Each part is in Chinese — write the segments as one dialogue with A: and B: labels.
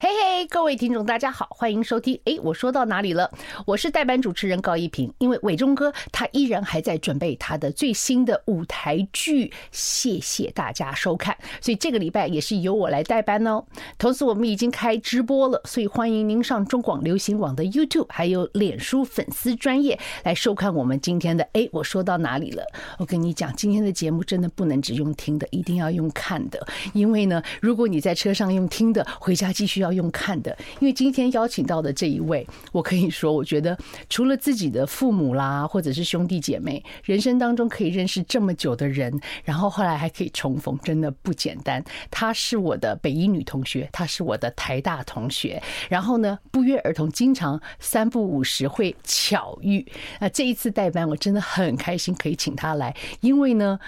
A: 嘿嘿，各位听众，大家好，欢迎收听。诶，我说到哪里了？我是代班主持人高一平。因为伟忠哥他依然还在准备他的最新的舞台剧，谢谢大家收看。所以这个礼拜也是由我来代班哦。同时我们已经开直播了，所以欢迎您上中广流行网的 YouTube 还有脸书粉丝专业来收看我们今天的。诶，我说到哪里了？我跟你讲，今天的节目真的不能只用听的，一定要用看的，因为呢，如果你在车上用听的，回家继续要用看的，因为今天邀请到的这一位，我可以说，我觉得除了自己的父母啦，或者是兄弟姐妹，人生当中可以认识这么久的人，然后后来还可以重逢，真的不简单。她是我的北一女同学，她是我的台大同学，然后呢，不约而同，经常三不五时会巧遇。那这一次代班，我真的很开心可以请她来，因为呢。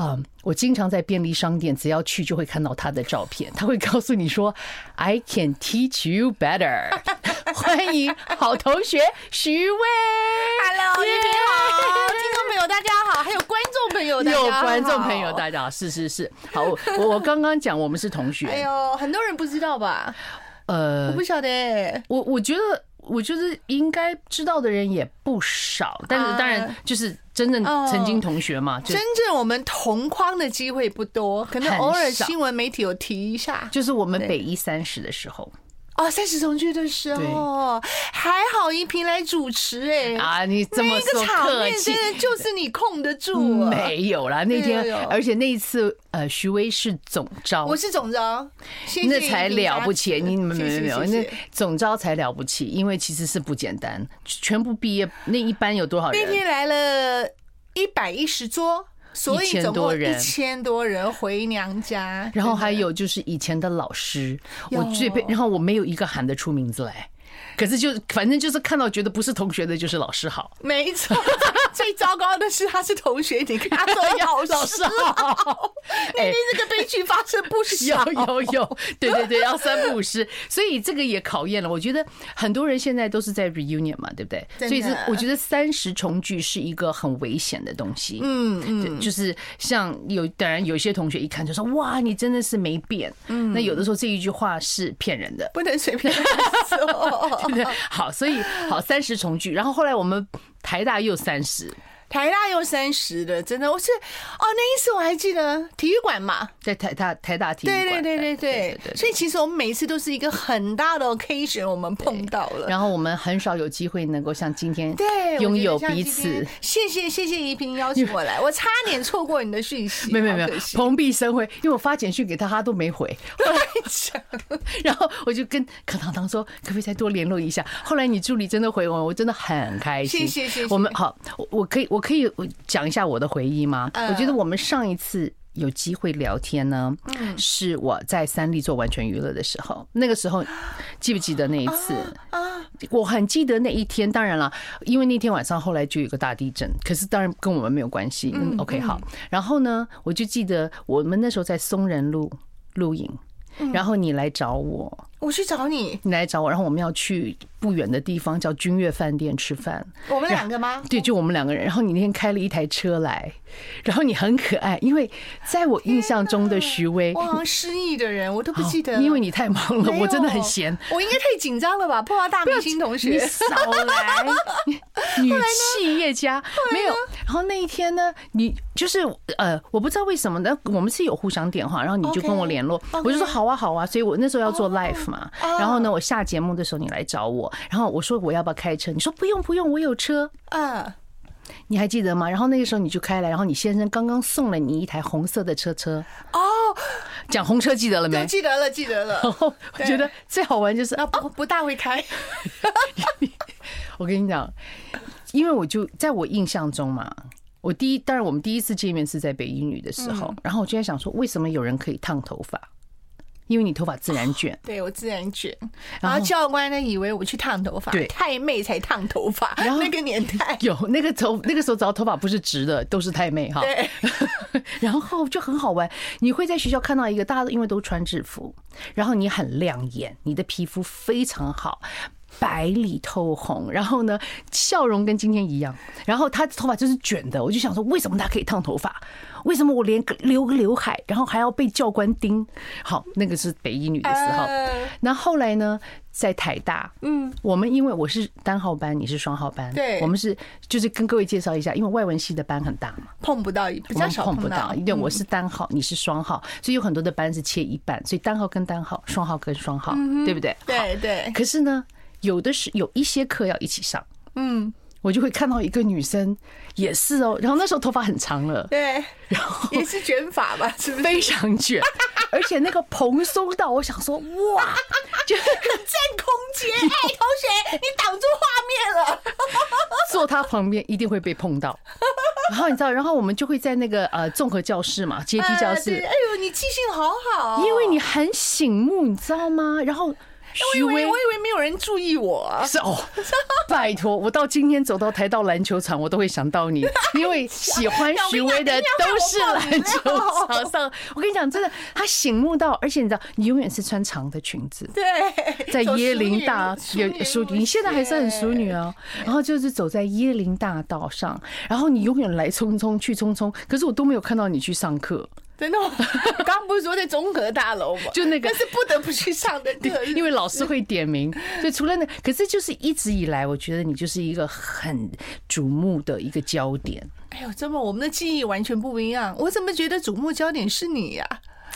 A: 嗯，我经常在便利商店，只要去就会看到他的照片，他会告诉你说：“I can teach you better。”欢迎好同学徐巍
B: Hello，
A: 耶
B: 你好，听众朋友大家好，还有观众朋友大家好，
A: 有观众朋友，大家好，是是是，好，我我我刚刚讲我们是同学，
B: 哎呦，很多人不知道吧？
A: 呃，
B: 我不晓得，
A: 我我觉得，我觉得应该知道的人也不少，但是当然就是真正
B: 啊哦
A: 曾经同学嘛，就
B: 真正我们同框的机会不多，可能偶尔
A: 很少
B: 新闻媒体有提一下。
A: 就是我们
B: 对
A: 北一三十的时候
B: 哦，三十重聚的时候，还好一平来主持哎、
A: 啊，你这么
B: 那
A: 说
B: 个场
A: 客
B: 面
A: 气。
B: 真的就是你控得住、啊。
A: 没有啦，那
B: 哎
A: 天
B: 呦，
A: 而且那一次，呃，徐威是总招，
B: 我是总招，谢谢
A: 那才
B: 一平
A: 了
B: 大
A: 不起，你们
B: 谢
A: 没
B: 谢
A: 有没有，
B: 谢谢
A: 那总招才了不起，因为其实是不简单，全部毕业那一班有多少
B: 那
A: 人？啊
B: 天来了一百一十桌，所以
A: 1000
B: 总
A: 多
B: 共
A: 人
B: 一千多人回娘家。
A: 然后
B: 真的
A: 还有就是以前的老师，
B: 有
A: 我最被，然后我没有一个喊得出名字来，可是就反正就是看到觉得不是同学的，就是老师 好，
B: 没错，最糟糕的是他是同学，你跟他说要
A: 老师 好，哎
B: 那天这个悲剧发生不少。
A: 有有有，对对对，要三不五十，所以这个也考验了。我觉得很多人现在都是在 reunion 嘛，对不对？所
B: 真的
A: 以是我觉得三十重聚是一个很危险的东西。
B: 嗯嗯，
A: 对，就是像有，当然有些同学一看就说：“哇，你真的是没变。”嗯，那有的时候这一句话是骗人的。
B: 不能随 便说。
A: 对，好，所以好三十重聚，然后后来我们台大又三十，
B: 台大又三十了，真的，我是哦，那一次我还记得体育馆嘛，
A: 在台大台大体育
B: 对对
A: 馆，
B: 对
A: 对
B: 对对
A: 对，对。
B: 所以其实我们每一次都是一个很大的 occasion，我们碰到了。
A: 然后我们很少有机会能够像今天
B: 对，
A: 拥有
B: 我觉得像
A: 彼
B: 今
A: 此
B: 天。谢谢谢谢怡萍邀请我来，我差点错过你的讯 息，
A: 没有没有没有
B: 好可，惜
A: 蓬荜生辉，因为我发简讯给他，他都没回。后来，然后我就跟可堂堂说，可不可以再多联络一下？后来你助理真的回我，我真的很开心。
B: 谢谢谢谢
A: 我们好，我我可以我可以我讲一下我的回忆吗？
B: 嗯
A: 我觉得我们上一次。有机会聊天呢，
B: 嗯
A: 是我在三立做完全娱乐的时候，那个时候记不记得那一次？
B: 啊，
A: 我很记得那一天，当然了，因为那天晚上后来就有一个大地震，可是当然跟我们没有关系。嗯，OK，好。然后呢，我就记得我们那时候在松仁路露营，
B: 嗯
A: 然后你来找我，
B: 我去找你，
A: 你来找我，然后我们要去不远的地方叫君悦饭店吃饭。
B: 我们两个吗？
A: 对，就我们两个人。然后你那天开了一台车来，然后你很可爱，因为在我印象中的徐威哦
B: 我，好像失忆的人，我都不记得了，
A: 因为你太忙了，
B: 没有
A: 我真的很闲。，
B: 我应该太紧张了吧？碰到大明星同
A: 你
B: 学，
A: 少来，女企业家没有。然后那一天呢，你就是呃，我不知道为什么呢，我们是有互相电话，然后你就跟我联络
B: OK，OK
A: 我就说好啊好啊，所以我那时候要做 live 嘛，
B: 哦
A: 然后呢，我下节目的时候你来找我，然后我说我要不要开车，你说不用不用，我有车，
B: 嗯，
A: 你还记得吗？然后那个时候你就开来，然后你先生刚刚送了你一台红色的车车，
B: 哦，
A: 讲红车记得了
B: 都
A: 没？
B: 记得了，记得了。
A: 然后 我觉得最好玩就是啊
B: 那不不大会开，
A: 我跟你讲，因为我就在我印象中嘛，我第一，当然我们第一次见面是在北英女的时候，然后我就在想说，为什么有人可以烫头发？因为你头发自然卷，
B: 对我自然卷，
A: 然
B: 然
A: 后
B: 后教官呢以为我去烫头发
A: 对，
B: 太妹才烫头发，
A: 然后
B: 那个年 代，
A: 有那个头，那个时候只要头发不是直的，都是太妹哈。
B: 对，
A: 然后就很好玩，你会在学校看到一个大家都因为都穿制服，然后你很亮眼，你的皮肤非常好。白里透红，然后呢，笑容跟今天一样。然后他头发就是卷的，我就想说，为什么他可以烫头发？为什么我连个留个刘海，然后还要被教官盯？好，那个是北一女的时候。
B: 呃
A: 那后来呢，在台大，嗯，我们因为我是单号班，你是双号班，
B: 对
A: 我们是就是跟各位介绍一下，因为外文系的班很大嘛，
B: 碰不到，比较少
A: 我们碰不
B: 到
A: 到，，
B: 嗯
A: 因为我是单号，你是双号，所以有很多的班是切一半，所以单号跟单号，双号跟双号，对不对？好。
B: 嗯对对，
A: 可是呢，有的是有一些课要一起上，
B: 嗯，
A: 我就会看到一个女生也是哦，然后那时候头发很长了，
B: 对，
A: 然后
B: 也是卷发吧，是不是？
A: 非常卷，而且那个蓬松到我想说 哇，就
B: 占空间， 哎，同学，你挡住画面 了。
A: 坐他旁边一定会被碰到。然后你知道，然后我们就会在那个呃综合教室嘛，阶梯教
B: 呃对
A: 室，
B: 哎呦，你记性好好，
A: 因为你很醒目，你知道吗？然后
B: 我以
A: 徐
B: 为
A: 威
B: 我以为没有人注意我，
A: 是哦，拜托，我到今天走到台道篮球场，我都会想到你，因为喜欢徐威的都是篮球场上。我跟你讲，真的，他醒目到，而且你知道，你永远是穿长的裙子。
B: 对，
A: 在
B: 走
A: 椰
B: 淑
A: 林
B: 女
A: 大有淑女，你现在还是很淑女。啊。然后就是走在椰林大道上，然后你永远来匆匆去匆匆，可是我都没有看到你去上课，
B: 真的 吗？刚刚不是说在综合大楼吗？
A: 就那个
B: 但是不得不去上的 课，
A: 因为老师会点名。所以除了那，可是就是一直以来，我觉得你就是一个很瞩目的一个焦点。
B: 哎呦，这么我们的记忆完全不一样。我怎么觉得瞩目焦点是你呀、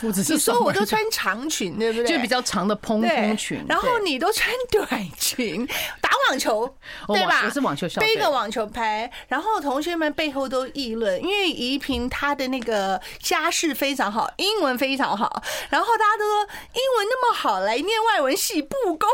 A: 我只是
B: 你说我都
A: 上
B: 穿长裙，对不对？
A: 就比较长的蓬
B: 对
A: 蓬裙，
B: 然后
A: 对
B: 你都穿短裙， 打网球，
A: 我
B: 对
A: 哦网
B: 吧？
A: 我是网球校
B: 背
A: 队
B: 个网球拍，然后同学们背后都议论，因为怡萍她的那个家世非常好，英文非常好，然后大家都说英文那么好，来念外文系不公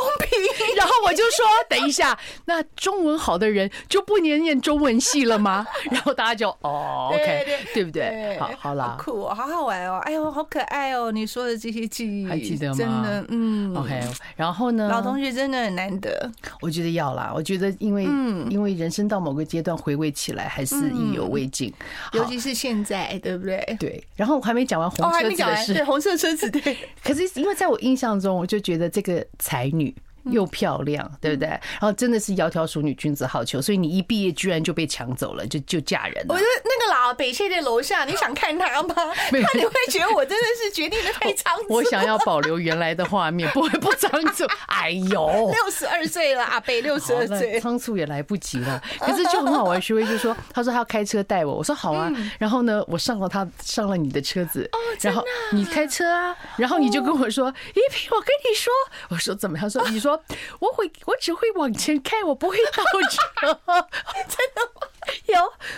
B: 平。
A: 然后我就说，等一下，那中文好的人就不念念中文系了吗？ 然后大家就哦
B: 对
A: ，OK，
B: 对
A: 对不对？好，好啦
B: 酷哦，好好玩哦，哎呦，好可爱哦！你说的这些记忆，
A: 还记得吗哦
B: 真的，嗯
A: ，OK。然后呢？
B: 老同学真的很难得，
A: 我觉得要啦，我觉得因为因为人生到某个阶段回味起来还是意犹未尽，
B: 尤
A: 好
B: 其是现在，对不对？
A: 对。然后我还没讲完红
B: 哦，还
A: 车
B: 没
A: 子
B: 讲
A: 的
B: 完，
A: 事
B: 对，，红色车子，对。
A: 可是因为在我印象中，我就觉得这个才女又漂亮，
B: 嗯
A: 对不对？然后真的是窈窕淑女，君子好逑，所以你一毕业居然就被抢走了，就就嫁人了
B: 我。就那个老北谢在楼下，你想看他吗？怕
A: 没有
B: 你会觉得我真的是决定的太仓促。
A: 我想要保留原来的画面，不会不仓促。哎 呦，
B: 六十二岁了，阿北六十
A: 好
B: 二
A: 了，
B: 岁，
A: 仓促也来不及了。可是就很好玩，徐威就说，他说他要开车带我，我说好啊。然后呢，我上了他上了你的车子，然后你开车啊，然后你就跟我说，一平，我跟你说，我说怎么样？他说你说我会，我只会往前开，我不会倒车， 真的吗？有，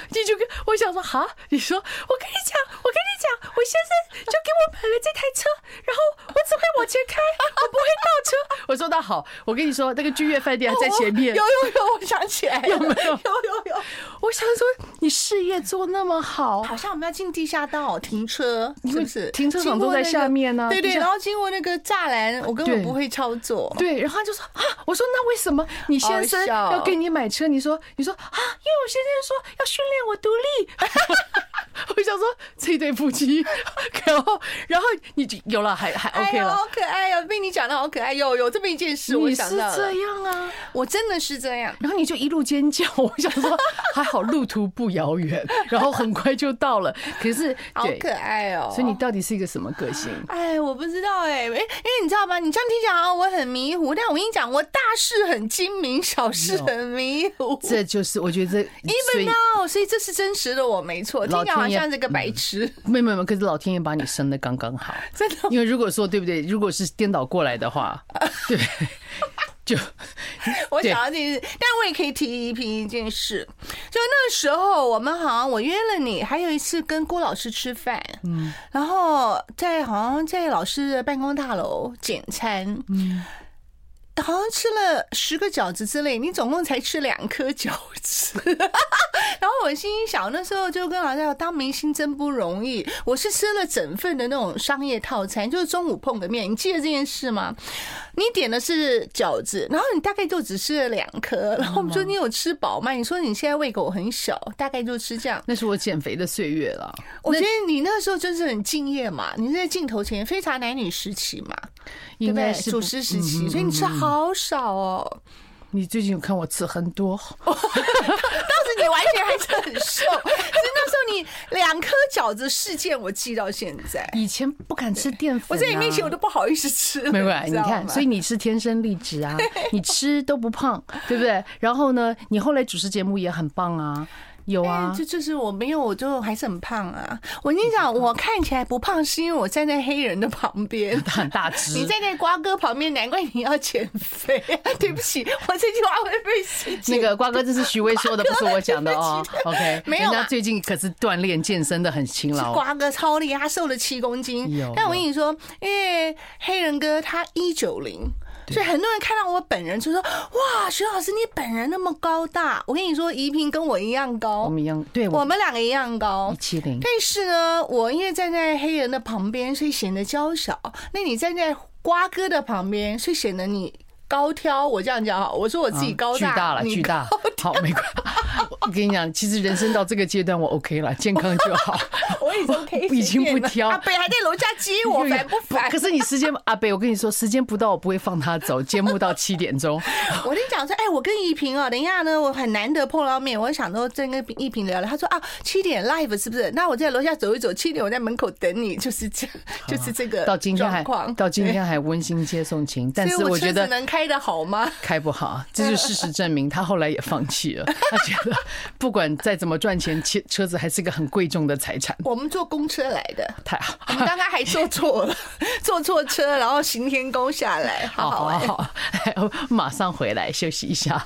A: 你就跟我想说哈，你说我跟你讲，我跟你讲，我先生就给我买了这台车，然后我只会往前开，我不会倒车。 我说那好，我跟你说，那个君悦饭店还在前面
B: 哦有。有有，我想起来了，
A: 有没有
B: 有有有，
A: 我想说，你事业做那么好，
B: 好像我们要进地下道停车，
A: 因
B: 是
A: 为
B: 不是？
A: 停车场都在下面啊
B: 经过那个对
A: 地
B: 对，
A: 下
B: 然后经过那个栅栏，我根本
A: 对
B: 不会操作。
A: 对，然后他就说啊，我说那为什么你先生
B: 好笑
A: 要给你买车？你说你说啊，因为我先生说要训练我独立。 我想说这对夫妻， 然后然后你就有了，还还
B: 哎
A: OK
B: 呀，
A: 了。
B: 好可爱哦！被你讲的好可爱，有有这么一件事，我
A: 你
B: 想
A: 是
B: 到
A: 这
B: 了，
A: 样啊，
B: 我真的是这样。
A: 然后你就一路尖叫，我想说还好路途不遥远， 然后很快就到了。可是
B: 好
A: 对
B: 可，爱哦！
A: 所以你到底是一个什么个性？
B: 哎，我不知道哎、哎，因为你知道吗？你这样听起来好像我很迷糊，但我跟你讲，我大事很精明，小事很迷糊。
A: 这就是我觉得这，所
B: Even
A: 以
B: now，所以这是真实的我没错，听
A: 老
B: 起来好
A: 天爷嗯
B: 像是个白痴，
A: 没有没有，没有可是老天爷把你生的刚刚好。
B: 真的。
A: 因为如果说对不对，如果是颠倒过来的话， 对，就
B: 我
A: 对
B: 想要这件事，但我也可以提一提一件事，就那时候我们好像我约了你，还有一次跟郭老师吃饭，嗯，然后在好像在老师的办公大楼简餐，嗯。好像吃了十个饺子之类，你总共才吃两颗饺子，然后我心里想，那时候就跟老师讲，当明星真不容易。我是吃了整份的那种商业套餐，就是中午碰个面。你记得这件事吗？你点的是饺子，然后你大概就只吃了两颗，然后我们说
A: 嗯
B: 你有吃饱吗？你说你现在胃口很小，大概就吃这样。
A: 那是我减肥的岁月了。
B: 我觉得你那时候就是很敬业嘛，你是在镜头前非常男女时期嘛，对
A: 应
B: 不对？
A: 该是嗯
B: 主食时期，所以你吃好少哦。
A: 你最近有看我吃很多，
B: 当时你完全还是很瘦，可是那时候你两颗饺子事件我记到现在。
A: 以前不敢吃淀粉、啊，
B: 我在你面前我都不好意思吃了，
A: 没有啊，
B: 你
A: 你
B: 知道
A: 看，
B: 吗
A: 所以你是天生丽质 啊，你吃都不胖，对不对？然后呢，你后来主持节目也很棒啊，有
B: 哎
A: 啊
B: 这，就是我没有，我就还是很胖啊。我跟你讲，我看起来不胖，是因为我站在黑人的旁 边。
A: 很大只
B: 你。站在瓜哥旁边，难怪你要减肥。 对不起，我这句话会被谁
A: 那
B: 剪
A: 个瓜哥，这是徐威说的，不是我讲的哦
B: 对。不起
A: OK，
B: 没有
A: 人
B: 啊
A: 家最近可是锻炼健身的很勤劳哦。
B: 瓜哥超厉害，他瘦了七公斤
A: 有。
B: 但我跟你说，因为黑人哥他一九零。所以很多人看到我本人就说：“哇，徐老师你本人那么高大。”我跟你说，怡萍跟我一样
A: 我
B: 高，
A: 们一样，哦对
B: 我
A: 我
B: 们两个一样高
A: 一。七零，
B: 但是呢，我因为站在黑人的旁边，所以显得娇小；那你站在瓜哥的旁边，所以显得你高挑。我这样讲哈，我说我自己
A: 啊
B: 高
A: 巨
B: 大，
A: 大了，
B: 你
A: 巨大。好，没关 系。我跟你讲，其实人生到这个阶段，我 OK 了，健康就 好。
B: 我已经 OK，
A: 已经不挑
B: 阿北啊还在楼下接我，烦不烦？
A: 可是你时间，阿北，我跟你说，时间不到，我不会放他走。节目到七点 钟，
B: 我跟你讲说，哎，我跟依萍哦，等一下呢，我很难得碰到面，我想说再跟依萍聊聊。她说啊，七点 live 是不是？那我在楼下走一走，七点我在门口等你，就是 这样，就是这个
A: 啊到今天还
B: 呃状况
A: 到今天还温馨接送情，但
B: 对
A: 是
B: 所以
A: 我
B: 我
A: 觉
B: 车
A: 得
B: 子能开的 好吗？
A: 开不好，这就事实证 明，他后来也放弃了。他觉得不管再怎么赚钱，车车子还是个很贵重的财产。
B: 我们坐公车来的，
A: 太好，
B: 我们刚刚还坐 错了，坐错车，然后行天宫下来，好好玩。
A: 好，好 马上回来休息一下。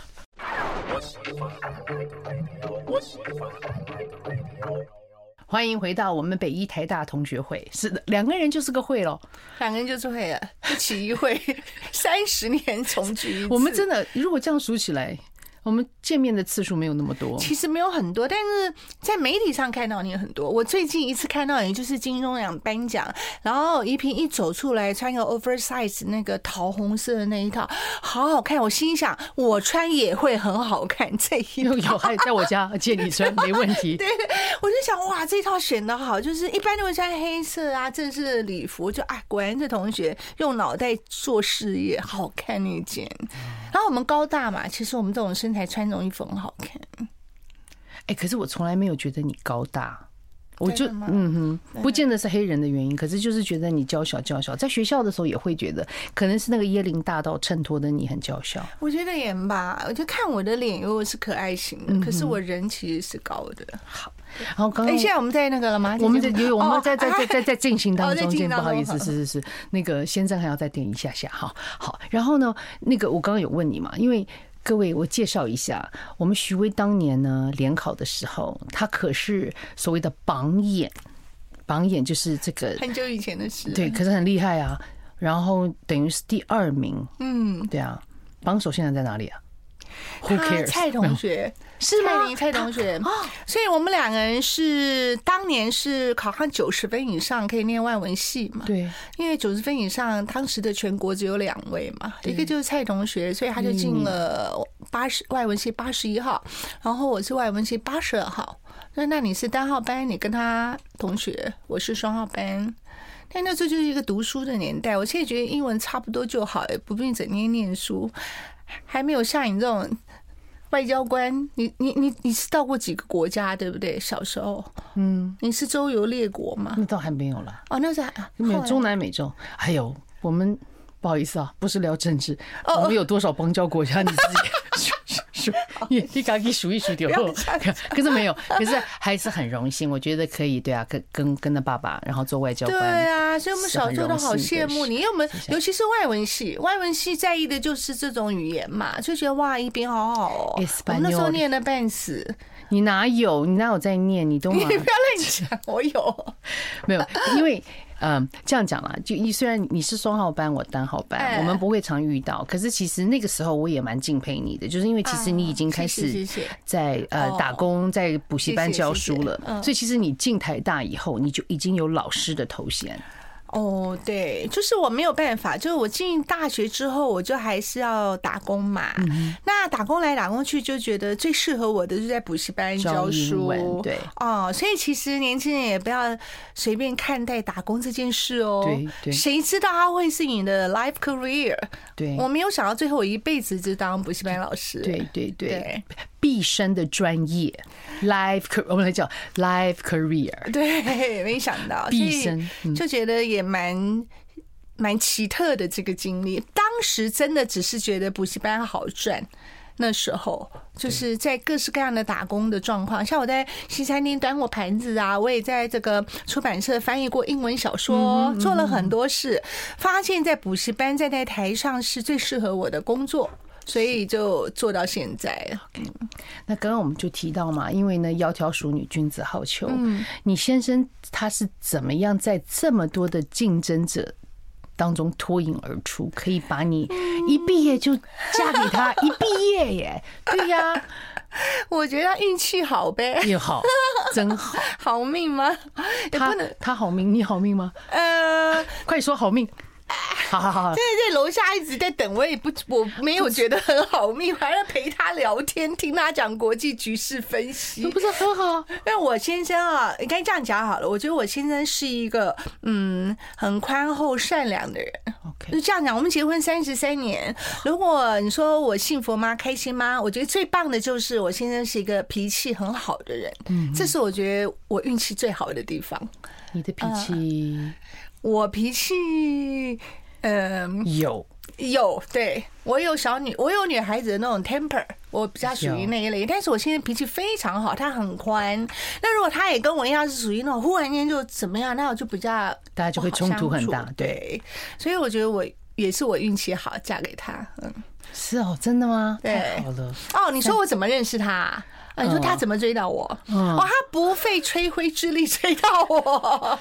A: 欢迎回到我们北一台大同学会。是的，两个人就是个会咯。
B: 两个人就是会了，一起一会， 三十年重聚一次。
A: 我们真的，如果这样数起来，我们见面的次数没有那么多。
B: 其实没有很多，但是在媒体上看到你很多。我最近一次看到你就是金钟奖颁奖，然后怡萍一走出来，穿个 oversize 那个桃红色的那一套，好好看。我心想，我穿也会很好看这 一
A: 有有，还在我家借你穿没问题。
B: 对，我就想哇，这套选的好，就是一般都会穿黑色啊，正式的礼服，就啊，果然这同学用脑袋做事业，好看那件。然后我们高大嘛，其实我们这种身材穿这种衣服很好看。
A: 哎、可是我从来没有觉得你高大，我就
B: 真的吗
A: 嗯哼，不见得是黑人的原因，可是就是觉得你娇小娇小，在学校的时候也会觉得，可能是那个椰林大道衬托的你很娇小。
B: 我觉得也吧，我就看我的脸，因为我是可爱型
A: 嗯
B: 的，可是我人其实是高的。
A: 然后刚
B: 哎，
A: 刚
B: 现在我们在那个了吗？
A: 哦
B: 哦
A: 我们
B: 在
A: 在有我们在在在在在进行当
B: 哦在
A: 中
B: 进
A: 间，
B: 行
A: 不
B: 当
A: 好意
B: 中
A: 思，
B: 好
A: 是是是，那个先生还要再点一下下哈。好，然后呢，那个我刚刚有问你嘛，因为。各位，我介绍一下，我们徐威当年呢联考的时候，他可是所谓的榜眼，榜眼就是这个
B: 很久以前的事。
A: 对，可是很厉害啊。然后等于是第二名，
B: 嗯，
A: 对啊。榜首现在在哪里啊？Who
B: 他
A: cares？
B: 蔡同学。
A: 是
B: 蔡
A: 吗
B: 林？蔡同学，所以我们两个人是当年是考上九十分以上可以念外文系嘛？，
A: 对，
B: 因为九十分以上，当时的全国只有两位嘛，一个就是蔡同学，所以他就进了八十外文系八十一号，然后我是外文系八十二号。那那你是单号班，你跟他同学，我是双号班。但那时候就是一个读书的年代，我现在觉得英文差不多就好，也不必整天念书，还没有像你这种外交官。你你你你是到过几个国家，对不对？小时候
A: 嗯，
B: 你是周游列国吗？
A: 那倒还没有了，
B: 哦，那是
A: 没有中
B: 南
A: 南美洲，还有我们不好意思啊，不是聊政治，我
B: 哦
A: 们有多少邦交国家你自己数数数，你你赶紧数一 数掉。可是没有，可是还是很荣幸，我觉得可以，对啊，跟跟跟着爸爸，然后做外交
B: 对
A: 官，
B: 啊，所以我们小时候都好羡慕你，因为我们
A: 是
B: 尤其是外文系，外文系在意的就是这种语言嘛，就觉得哇，一边好好哦。我们那时候
A: Espanol
B: 念的半死，
A: 你哪有你哪有在念，你懂
B: 你
A: 吗
B: 不？要乱讲，我有。
A: 没有，因为嗯、这样讲啦，就一虽然你是双号班，我单号班，
B: 哎
A: 我们不会常遇到，可是其实那个时候我也蛮敬佩你的，就是因为其实你已经开
B: 啊谢谢
A: 始
B: 谢谢
A: 在呃
B: 哦
A: 打工，在补习班
B: 谢谢
A: 教
B: 谢谢
A: 书了，
B: 嗯
A: 所以其实你进台大以后，你就已经有老师的头衔，
B: 哦，对，就是我没有办法，就是我进大学之后，我就还是要打工嘛。
A: 嗯
B: 那打工来打工去，就觉得最适合我的就是在补习班
A: 教
B: 教
A: 英文
B: 书。
A: 对
B: 哦，所以其实年轻人也不要随便看待打工这件事哦。
A: 对对哎
B: 谁知道它会是你的 life career？
A: 对。
B: 我没有想到最后我一辈子就当补习班老师。
A: 对对对
B: 对，
A: 毕生的专业，life career，我们来讲 life career，
B: 对，没想到，所
A: 毕
B: 以
A: 生嗯
B: 就觉得也蛮。蛮奇特的这个经历，当时真的只是觉得补习班好赚。那时候就是在各式各样的打工的状况，像我在西餐厅端过盘子啊，我也在这个出版社翻译过英文小
A: 嗯
B: 说，做了很多事。发现，在补习班站在台上是最适合我的工作，所以就做到现在。
A: 那刚刚我们就提到嘛，因为呢，窈窕淑女，君子好逑。
B: 嗯
A: 你先生他是怎么样在这么多的竞争者当中脱颖而出，可以把你
B: 嗯
A: 一毕业就嫁给他？一毕业耶，对呀、
B: 我觉得运气好呗，
A: 也 好，真好。
B: 好命吗？也
A: 他
B: 不能，
A: 他好命，你好命吗？
B: 呃，
A: 快说好命！好好好，
B: 对对，楼下一直在等，我也不，我没有觉得很好命，还要陪他聊天，听他讲国际局势分析
A: 你。不是很好？
B: 因为我先生啊，应该这样讲好了，我觉得我先生是一个嗯很宽厚善良的人。
A: OK，
B: 就这样讲，我们结婚三十三年，如果你说我幸福吗？开心吗？我觉得最棒的就是我先生是一个脾气很好的人，这是我觉得我运气最好的地方。
A: 你的脾气
B: 我脾气，嗯、
A: 有，
B: 有，对我有小女，我有女孩子的那种 temper，我比较属于那一类。但是我现在脾气非常好，她很宽。那如果她也跟我一样是属于那种忽然间就怎么样，那我就比较
A: 大家就会
B: 不好相
A: 冲突很大
B: 处
A: 对
B: 对，所以我觉得我也是我运气好，嫁给他。嗯，
A: 是哦，真的吗？
B: 对
A: 太好了。
B: 哦，你说我怎么认识他啊？啊你说他怎么追到我？
A: 嗯
B: 哦，他不费吹灰之力追到我。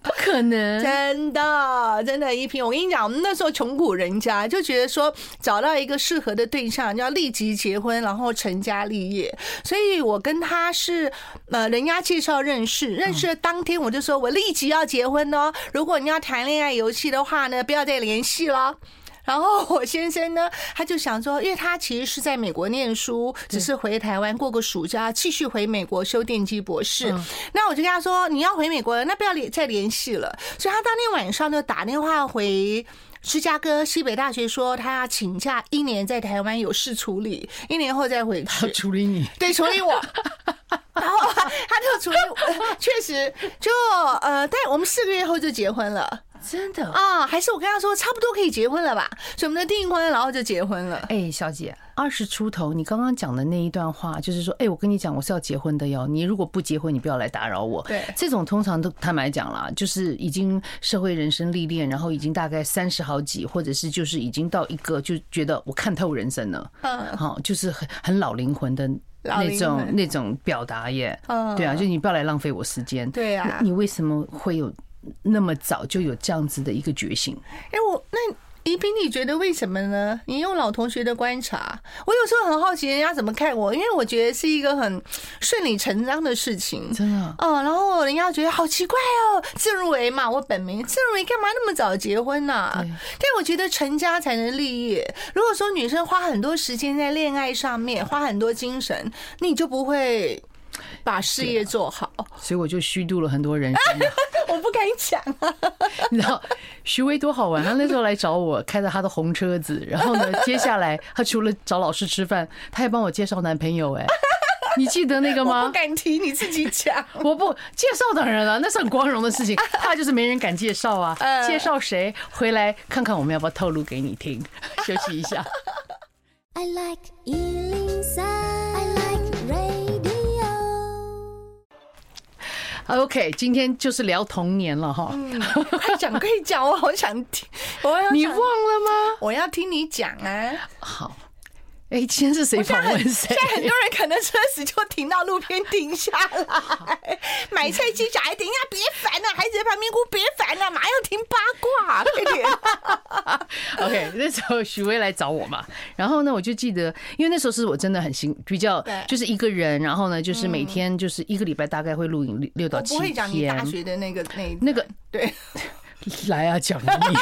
A: 不可能，
B: 真的，真的，一平，我跟你讲，我们那时候穷苦人家就觉得说，找到一个适合的对象，就要立即结婚，然后成家立业。所以我跟他是，呃，人家介绍认识，认识的当天我就说我立即要结婚哦。如果你要谈恋爱游戏的话呢，不要再联系了。然后我先生呢，他就想说，因为他其实是在美国念书，只是回台湾过个暑假，继续回美国修电机博士。那我就跟他说，你要回美国了，那不要联再联系了。所以他当天晚上就打电话回。芝加哥西北大学说他要请假一年，在台湾有事处理，一年后再回去。
A: 处理你。
B: 对，处理我。然后他就处理我， 确实就呃，但我们四个月后就结婚了
A: 真的？
B: 啊，还是我跟他说差不多可以结婚了吧，所以我们就订婚，然后就结婚了。
A: 哎、小姐，二十出头，你刚刚讲的那一段话，就是说，哎、我跟你讲，我是要结婚的哟。你如果不结婚，你不要来打扰我。
B: 对
A: 这种通常都坦白讲啦，就是已经社会人生历练，然后已经大概三十好几，或者是就是已经到一个就觉得我看透人生了，
B: 嗯
A: 好，就是很很老灵魂的
B: 老
A: 那
B: 灵
A: 种
B: 魂
A: 那种表达耶。
B: 嗯
A: 对啊，就你不要来浪费我时间。
B: 对啊
A: 那你为什么会有那么早就有这样子的一个觉醒？
B: 哎，我那怡萍，你觉得为什么呢？你用老同学的观察，我有时候很好奇人家怎么看我，因为我觉得是一个很顺理成章的事情。
A: 真的啊
B: 哦，然后人家觉得好奇怪哦，郑维嘛，我本名郑维，干嘛那么早结婚啊呐、
A: 对
B: 但我觉得成家才能立业。如果说女生花很多时间在恋爱上面，花很多精神，你就不会把事业做好。
A: 所以我就虚度了很多人生啊。
B: 我不敢讲啊，
A: 你知道徐威多好玩？他那时候来找我，开着他的红车子，然后呢，接下来他除了找老师吃饭，他还帮我介绍男朋友。哎，你记得那个
B: 我
A: 吗
B: 不？敢提，你自己讲。
A: 我不介绍当然了，那是很光荣的事情。怕就是没人敢介绍啊
B: 呃，
A: 介绍谁回来看看我们要不要透露给你听？ 休息一下。
C: I like Ealing Sound. I like radio.
A: 啊 OK，今天就是聊童年了哈，
B: 嗯快讲，快讲，我好想听，我要
A: 你忘了吗？
B: 我要听你讲 啊！
A: 好，哎，今天是谁
B: 我现
A: 访
B: 在很
A: 问
B: 现
A: 谁？
B: 在很多人可能车子就停到路边停下来，买菜机小孩等一下别烦啊了、孩子在旁边哭别烦了、马上听八卦，快点！
A: OK，那时候许巍来找我嘛，然后呢，我就记得，因为那时候是我真的很辛，比较
B: 对嗯
A: 就是一个人，然后呢，就是每天就是一个礼拜大概会录影六六到
B: 我
A: 七
B: 不会讲你大
A: 天。
B: 学的那个那一
A: 那个
B: 对，
A: 来啊，讲啊你，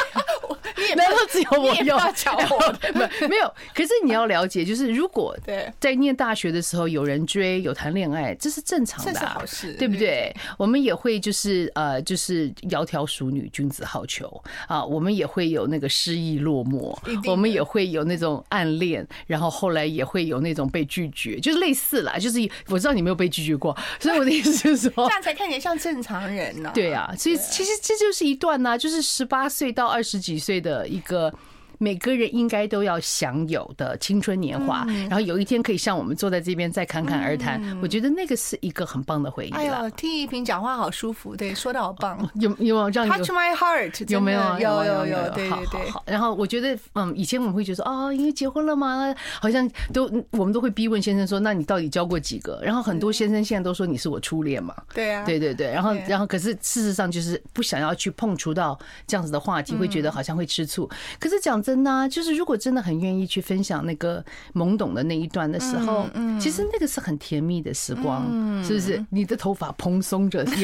B: 你也不
A: 难道只有我
B: 你也不
A: 有？
B: 要讲我
A: 没有，可是你要了解，就是如果
B: 对
A: 在念大学的时候有人追有谈恋爱，这是正常的、啊，
B: 这是好事
A: 对不对？我们也会就是呃，就是窈窕淑女，君子好逑啊。我们也会有那个失意落寞
B: 一定，的
A: 我们也会有那种暗恋，然后后来也会有那种被拒绝，就是类似啦。就是我知道你没有被拒绝过，所以我的意思就是说
B: 这，样才看起来像正常人呢、
A: 对，啊，所以其实这就是一段呢、就是十八岁到二十几岁的一个。每个人应该都要享有的青春年华，
B: 嗯
A: 然后有一天可以像我们坐在这边再侃侃而谈，我觉得那个是一个很棒的回忆
B: 哎
A: 了。
B: 呦，听一平讲话好舒服，对，说的好棒。
A: 有有没有让你
B: Touch my heart，
A: 有没有啊
B: 真的有
A: 有
B: 有有，对
A: 好
B: 对
A: 好
B: 对，
A: 好。然后我觉得，嗯，以前我们会觉得说，哦，因为结婚了嘛，好像都我们都会逼问先生说，那你到底交过几个？然后很
B: 嗯
A: 多先生现在都说你是我初恋嘛。
B: 对啊，
A: 对对对，然后
B: 对
A: 然后可是事实上就是不想要去碰触到这样子的话题，会
B: 嗯
A: 觉得好像会吃醋。可是讲真的、啊，就是如果真的很愿意去分享那个懵懂的那一段的时候，
B: 嗯
A: 其实那个是很甜蜜的时光，是不是？你的头发蓬松着，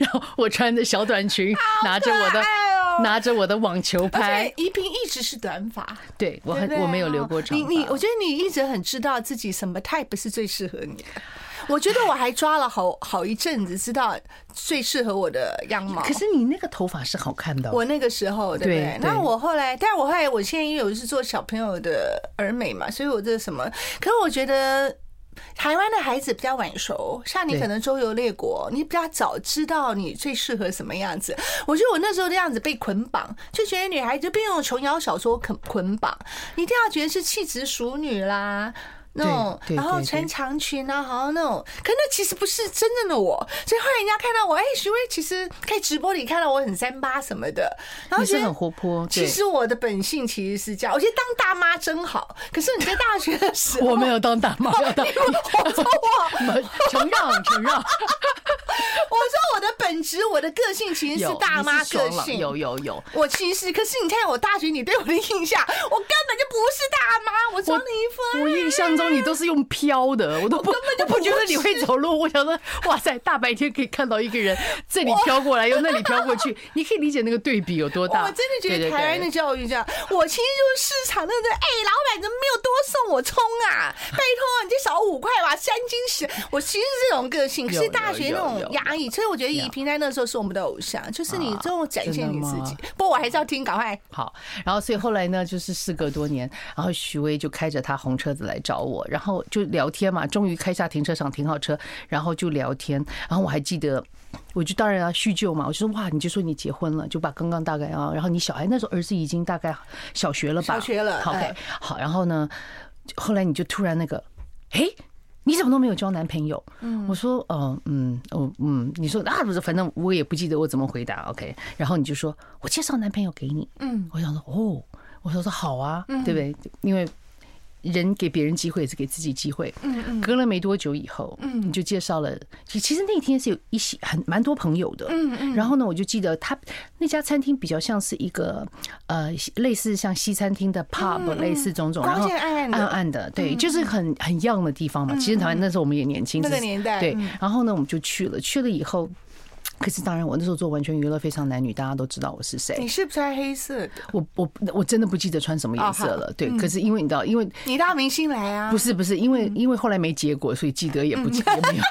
A: 然后我穿着小短裙，拿着我的
B: 爱哦
A: 拿着我的网球
B: 而
A: 拍
B: 且，宜萍一直是短发。
A: 对我
B: 对
A: 很
B: 不对
A: 哦
B: 哦
A: 我没有留过长
B: 你
A: 发。
B: 你，我觉得你一直很知道自己什么 type 是最适合你的。 我觉得我还抓了好好一阵子，知道最适合我的样貌。
A: 可是你那个头发是好看的哦、
B: 我那个时候，对不
A: 对
B: 对
A: 对？
B: 那我后来，但我后来，我现在因为我是做小朋友的儿美嘛，所以我这什么，可是我觉得。台湾的孩子比较晚熟，像你
A: 对
B: 可能周游列国，你比较早知道你最适合什么样子。我觉得我那时候的样子被捆绑，就觉得女孩子被那种琼瑶小说捆捆绑，你一定要觉得是气质淑女啦。那种，
A: 对对
B: 然后
A: 对
B: 穿
A: 对
B: 长裙啊，好像那种，可那其实不是真正的我。所以后来人家看到我，哎，徐薇其实在直播里看到我很三八什么的，然后
A: 你
B: 觉
A: 是
B: 得
A: 很活泼，
B: 其
A: 对
B: 实我的本性其实是这样，我觉得当大妈真好。可是你在大学的时候，
A: 我没有当大妈，我 当承让承让，
B: 我说我的本质，我的个性其实是
A: 有
B: 大
A: 你
B: 妈
A: 爽
B: 个
A: 朗
B: 性，
A: 有有有。
B: 我其实，可是你看我大学你对我的印象，我根本就不是大妈，我穿了一啊副
A: 我印象中你都是用飘的，我都不，我
B: 根本就
A: 不觉得
B: 不是
A: 你会走路。我想说，哇塞，大白天可以看到一个人这里飘过来，又那里飘过 去，你可以理解那个对比有多大。
B: 我真的觉
A: 对
B: 得
A: 对
B: 台湾的
A: 对
B: 教育这样，我其实就是市场那个，哎，老板怎么没有多送我葱啊？拜托，你就少五块吧，三斤十。我其实是这种个性，可
A: 有
B: 是大学那
A: 有有
B: 种压抑，所以我觉得
A: 有
B: 宜平在那时候是我们的偶像，就是你
A: 啊
B: 这种展现你自
A: 真的
B: 己
A: 吗。哎
B: 不过我还是要听，赶快。
A: 好，然后所以后来呢，就是事隔多年，然后许巍就开着他红车子来找我，然后就聊天嘛，终于开下停车场停好车，然后就聊天，然后我还记得。我就当然要叙旧嘛，我就说哇，你就说你结婚了，就把刚刚大概啊，然后你小孩那时候儿子已经大概小学了吧？
B: 小学了
A: 好，OK，
B: 哎
A: 好，然后呢，后来你就突然那个，哎，你怎么都没有交男朋友？我说，呃，嗯，哦，嗯，你说啊，不是，反正我也不记得我怎么回答，OK。然后你就说我
B: 嗯
A: 介绍男朋友给你，嗯，我想说，哦，我说说好啊，对不对？因为人给别人机会也是给自己机会。
B: 嗯嗯
A: 隔了没多久以后，
B: 嗯
A: 你就介绍了。其其实那天是有一些很蛮多朋友的，
B: 嗯嗯
A: 然后呢，我就记得他那家餐厅比较像是一个呃，类似像西餐厅的 pub，、
B: 嗯嗯
A: 类似种种，然
B: 光
A: 后
B: 线暗暗的嗯
A: 暗暗的，对，就是很很 young 的地方嘛。其实台湾那时候我们也年轻，
B: 那个
A: 只是
B: 年代
A: 对
B: 嗯。
A: 然后呢，我们就去了，去了以后。可是当然，我那时候做完全娱乐非常男女，大家都知道我是谁
B: 你。是不是爱黑色的？
A: 我我我真的不记得穿什么颜色
B: 哦好
A: 了。对，可是因为你知道，因为
B: 你大明星来啊，
A: 不是不是，因为因为后来没结果，所以记得也不
B: 嗯
A: 记得没有。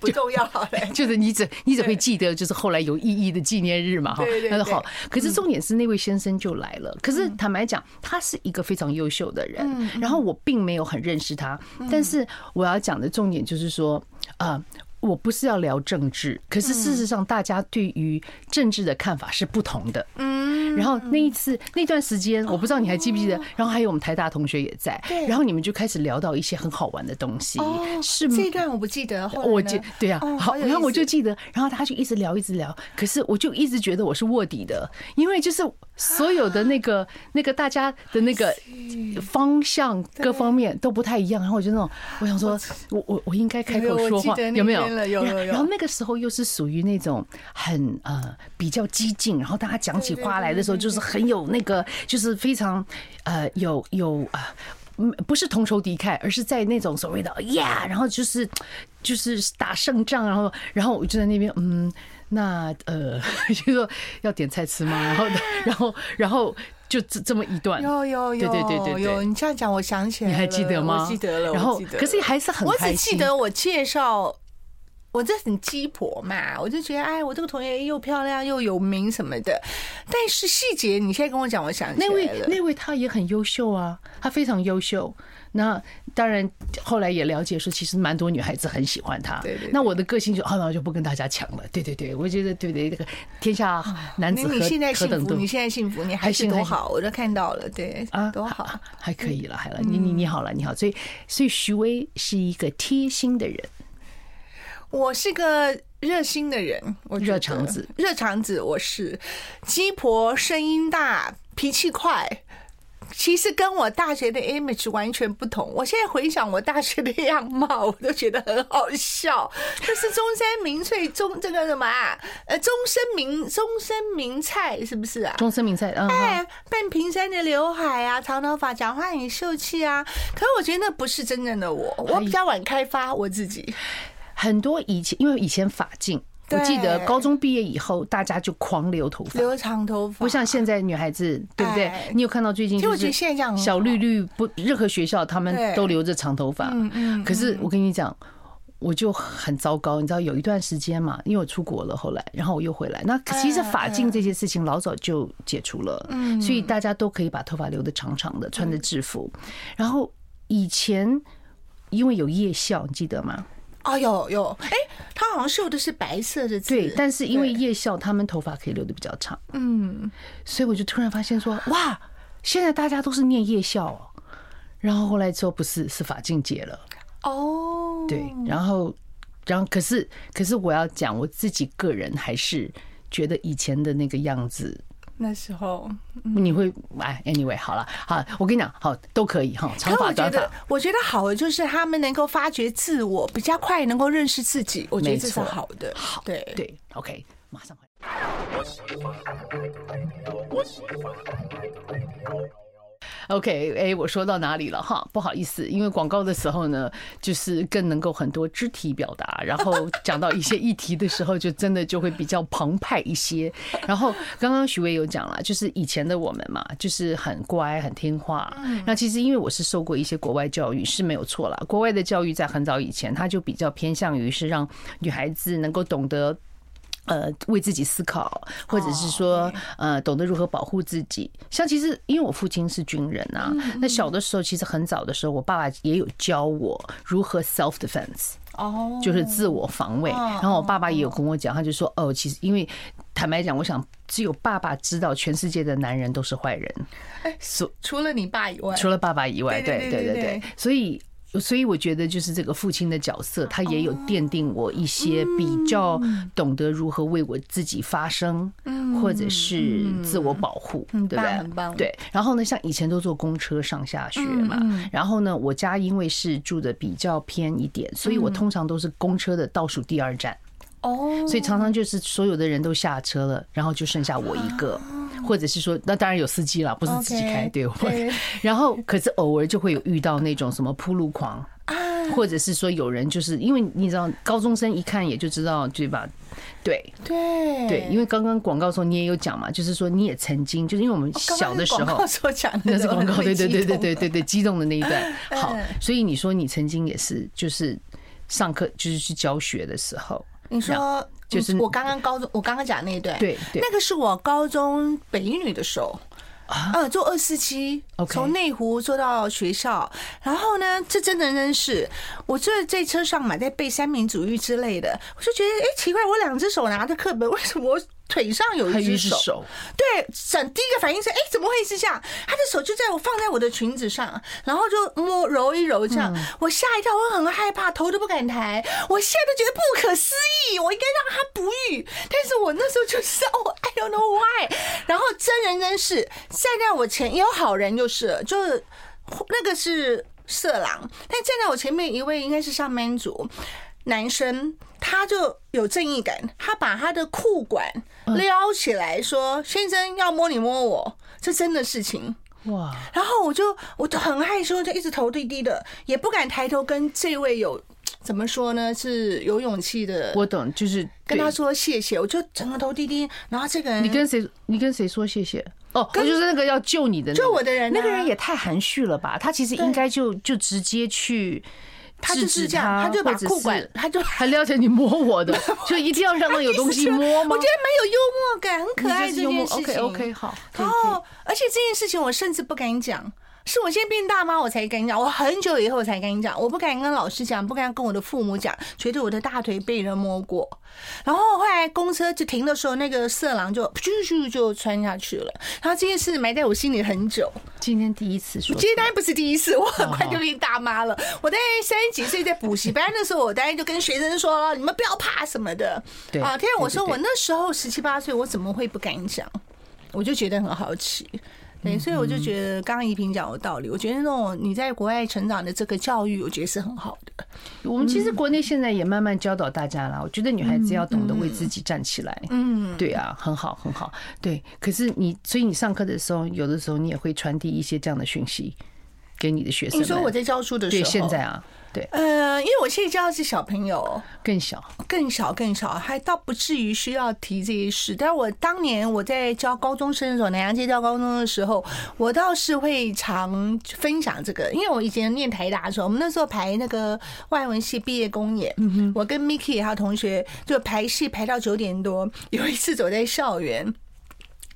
B: 不重要 嘞。
A: 就是你只你只会记得就是后来有意义的纪念日嘛哈
B: 对对，嗯
A: 那就
B: 对
A: 好。可是重点是那位先生就来了，可是坦白讲，他是一个非常优秀的人，
B: 嗯
A: 然后我并没有很认识他，但是我要讲的重点就是说，啊。我不是要聊政治，可
B: 嗯
A: 是事实上，大家对于政治的看法是不同的。
B: 嗯，哦
A: 然后那一次那段时间，我不知道你还记不记得。然后还有我们台大同学也在
B: 对，
A: 然后你们就开始聊到一些很好玩的东西，是
B: 哦这一段我不记得，后来呢
A: 我记对呀、
B: 哦
A: 好，
B: 有
A: 然后
B: 意
A: 我就
B: 思
A: 记得，然后他就一直聊，一直聊，可是我就一直觉得我是卧底的，因为就是所有的那
B: 啊
A: 个那个大家的那个方向各方面都不太一样，然后我就那种，我想说，我我我应该开
B: 有
A: 口
B: 我
A: 说
B: 记
A: 话，
B: 得那
A: 有没有
B: 边了？有
A: 然
B: 有有
A: 然后那个时候又是属于那种很呃比较激进，然后大家讲起
B: 对对
A: 话来的时候，
B: 对对
A: 就是很有那个，就是非常呃有有啊。嗯，不是同仇敌忾，而是在那种所谓的哎呀然后就是就是打胜仗，然后然后我就在那边，嗯，那呃， 就说要点菜吃吗？然后然后然后就这这么一段，
B: 有有有，
A: 对对对对对
B: 有。你这样讲，我想起来
A: 你
B: 了，
A: 还记得吗？
B: 我记得了，
A: 然
B: 我
A: 后
B: 记得
A: 可是
B: 了
A: 还是很
B: 我
A: 开
B: 只记
A: 心。
B: 得我介绍，我这很鸡婆嘛，我就觉得哎，我这个同学又漂亮又有名什么的，但是细节你现在跟我讲，我想起来
A: 那位
B: 了。
A: 那位他也很优秀啊，他非常优秀。那当然，后来也了解说，其实蛮多女孩子很喜欢他。
B: 对对对
A: 那我的个性就啊，那我就不跟大家抢了。对对对，我觉得对对，这个天下男
B: 那
A: 子
B: 啊你
A: 何
B: 现在
A: 何
B: 幸
A: 等
B: 福，
A: 多
B: 你现在幸福，你
A: 还
B: 还是
A: 行还
B: 多
A: 行
B: 好，我都看到了，对
A: 啊，
B: 多好。嗯
A: 还还可以了，还了。你你你好了，你好。所以所以徐威是一个贴心的人，
B: 我是个热心的人，我觉得
A: 热肠子，
B: 热肠子我是鸡婆，声音大，脾气快。其实跟我大学的 image 完全不同。我现在回想我大学的样貌，我都觉得很好笑。就是中山名粹中这个什么啊？呃，中山名中山名菜是不是啊？
A: 终身名菜嗯，
B: 哎，半平山的刘海啊，长头发，讲话很秀气啊。可是我觉得那不是真正的我，
A: 哎
B: 我比较晚开发我自己。
A: 很多以前因为以前法禁，我
B: 对
A: 记得高中毕业以后，大家就狂留头发。
B: 留长头发，
A: 不像现在女孩子，对不对
B: 哎？
A: 你有看到最近
B: 其实
A: 就
B: 我觉
A: 是
B: 得现在这样很好
A: 小绿绿不，任何学校他们
B: 对
A: 都留着长头发。
B: 嗯嗯
A: 可是我跟你讲，我就很糟糕，你知道有一段时间嘛，因为我出国了，后来然后我又回来。那其实法禁这些事情老早就解除了，
B: 哎
A: 所以大家都可以把头发留得长长的，穿着制服。
B: 嗯
A: 然后以前因为有夜校，你记得吗？
B: 哦，有有，哎、他好像绣的是白色的字，
A: 对，但是因为
B: 对
A: 夜校他们头发可以留得比较长，
B: 嗯，
A: 所以我就突然发现说，哇，现在大家都是念夜校哦。然后后来之后不是是法禁节了，
B: 哦，
A: 对，然后，然后可是可是我要讲我自己个人还是觉得以前的那个样子，
B: 那时候，
A: 你会哎，anyway 好了，好，我跟你讲，好都可以哈，长
B: 可
A: 发
B: 我觉
A: 短
B: 得
A: 发，，
B: 我觉得好的就是他们能够发掘自我，比较快能够认识自己，我觉得
A: 没
B: 这是
A: 错
B: 好的，好，对对。
A: 对，OK，马上回来。OK，哎、我说到哪里了哈？不好意思，因为广告的时候呢，就是更能够很多肢体表达，然后讲到一些议题的时候，就真的就会比较澎湃一些。然后刚刚许巍有讲了，就是以前的我们嘛，就是很乖、很听话。那其实因为我是受过一些国外教育是没有错啦，国外的教育在很早以前，它就比较偏向于是让女孩子能够懂得呃为自己思考，或者是说呃懂得如何保护自己。像其实因为我父亲是军人啊，那小的时候其实很早的时候，我爸爸也有教我如何 self defense，
B: 哦，
A: 就是自我防卫。然后我爸爸也有跟我讲，他就说哦，其实因为坦白讲，我想只有爸爸知道全世界的男人都是坏人，所
B: 除了你爸以外，
A: 除了爸爸以外，对
B: 对
A: 对
B: 对对
A: 对
B: 对
A: 对，所以所以我觉得就是这个父亲的角色，他也有
B: 哦
A: 奠定我一些比较懂得如何为我自己发声，或者是自我保护，对不
B: 很
A: 对？
B: 嗯棒很棒嗯
A: 对。然后呢，像以前都坐公车上下学嘛，然后呢，我家因为是住的比较偏一点，所以
B: 嗯
A: 我通常都是公车的倒数第二站。
B: 哦，
A: 所以常常就是所有的人都下车了，然后就剩下我一个，或者是说，那当然有司机啦，不是自己开
B: 啊 OK，
A: 对我
B: 对。
A: 然后可是偶尔就会有遇到那种什么铺路狂。
B: 啊
A: 或者是说有人就是因为你知道高中生一看也就知道对吧？对
B: 对
A: 对，因为刚刚广告的时候你也有讲嘛，就是说你也曾经就是因为我们
B: 哦刚刚
A: 小的时
B: 广
A: 候
B: 告所讲的
A: 那是
B: 我
A: 广
B: 很
A: 告，
B: 会
A: 对对对
B: 激
A: 对
B: 动
A: 对对对，激动的那一 段。好
B: 嗯，
A: 所以你说你曾经也是就是上课就是去教学的时候，
B: 你说
A: 就是
B: 嗯我刚刚高中，我刚刚讲那一段，
A: 对对
B: 那个是我高中北一女的时候。呃，坐二四七
A: 啊 OK
B: 从内湖坐到学校，然后呢，这真的真是，我这在车上嘛，在背三民主义之类的，我就觉得，哎，奇怪，我两只手拿着课本，为什么我腿上有
A: 还
B: 一
A: 有一只
B: 只手？
A: 手，
B: 对，整第一个反应是，哎、怎么会是这样？他的手就在我放在我的裙子上，然后就摸揉一揉这样，我吓一跳，我很害怕，头都不敢抬，我现在都觉得不可思议，我应该让他不育，但是我那时候就是哦，I don't know why。然后真人真事站在我前也有好人，就是了就是那个是色狼，但站在我前面一位应该是上班族。男生，他就有正义感，他把他的裤管
A: 嗯
B: 撩起来说：“先生要摸你摸我，这真的事情。”
A: 哇，
B: 然后我就我就很害羞，就一直头低低的，也不敢抬头跟这位有怎么说呢，是有勇气的，
A: 我懂，就是
B: 跟
A: 对
B: 他说谢谢，我就整个头低低。然后这个人，
A: 你跟谁？你跟谁说谢谢？哦，我就是那个要救你的那个，
B: 救我的人啊
A: 那个人也太含蓄了吧？他其实应该就就直接去
B: 他
A: 制
B: 就
A: 止
B: 是这样
A: 他，
B: 他就把
A: 或者
B: 裤
A: 是
B: 管他就
A: 还撩起你摸 我的，就一定要让他有东西摸吗？
B: 我觉得蛮有幽默感，很可爱
A: 你就是
B: 这
A: 幽默
B: 件事情。
A: OK OK 好，可以
B: 然
A: 可以
B: 后，哦而且这件事情我甚至不敢讲，是我现在变大妈我才敢讲，我很久以后才敢讲，我不敢跟老师讲，不敢跟我的父母讲，觉得我的大腿被人摸过。然后后来公车就停的时候，那个色狼就咻咻就穿下去了。然后这件事埋在我心里很久，
A: 今天第一次说
B: 今天当然不是第一次，我很快就变大妈了。我在三十几岁在补习班的时候，我当然就跟学生说：“你们不要怕什么的。”
A: 对
B: 啊，但是我
A: 对对
B: 说
A: 对
B: 我那时候十七八岁，我怎么会不敢讲？我就觉得很好奇。对，所以我
A: 嗯
B: 就觉得刚刚怡萍讲有道理。我觉得那种你在国外成长的这个教育，我觉得是很好的。
A: 我们其实国内现在也慢慢教导大家啦，我觉得女孩子要懂得为自己站起来。嗯，对啊，很好，很好。对，可是你，所以你上课的时候，有的时候你也会传递一些这样的讯息给你的学生
B: 你
A: 们。
B: 说我在教书的时候，
A: 对现在啊，对，
B: 呃，因为我现在教的是小朋友，
A: 更 小，
B: 更小更小，还倒不至于需要提这些事。但我当年我在教高中生的时候，南洋街教高中的时候，我倒是会常分享这个，因为我以前念台大的时候，我们那时候排那个外文系毕业公演，
A: 嗯
B: 我跟 Miki 还有同学就排戏排到九点多， 有一次走在校园。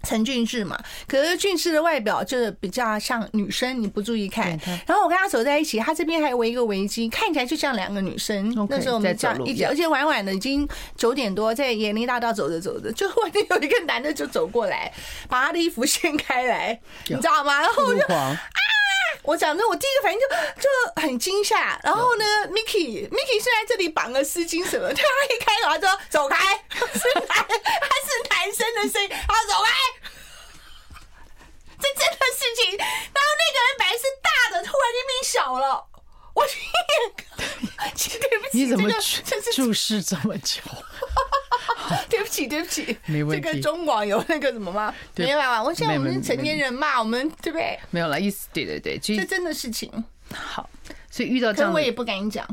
B: 陈俊志嘛，可是俊志的外表就是比较像女生，你不注意看
A: 对他。
B: 然后我跟他走在一起，他这边还围一个围巾，看起来就像两个女生。
A: OK，
B: 那时候我
A: 在
B: 们
A: 走
B: 这样
A: 路
B: 一起，
A: 呀
B: 而且晚晚的已经九点多，在延宁大道走着走着，就忽然间有一个男的就走过来，把他的衣服掀开来，你知道吗？然后我就
A: 狂，
B: 我讲的，我第一个反应就就很惊吓。然后呢，Miki Miki 虽然这里绑个丝巾什么，但他一开口他说走开，是男，他是男生的声音，他说走开。这真的事情，然后那个人本来是大的，突然间变小了。我 对不起，
A: 你怎么
B: 这个
A: 注
B: 这是
A: 注视这么 久？
B: 对不起，对不起，
A: 没问题
B: 这个中广有那个什么吗？
A: 对
B: 没有啊，我现在我
A: 没
B: 们
A: 没
B: 是成年人嘛，我们对不对？
A: 没有啦，意思对对对，就
B: 这真的事情，
A: 好。所以遇到这
B: 可
A: 样
B: 我也
A: 的
B: 不敢讲。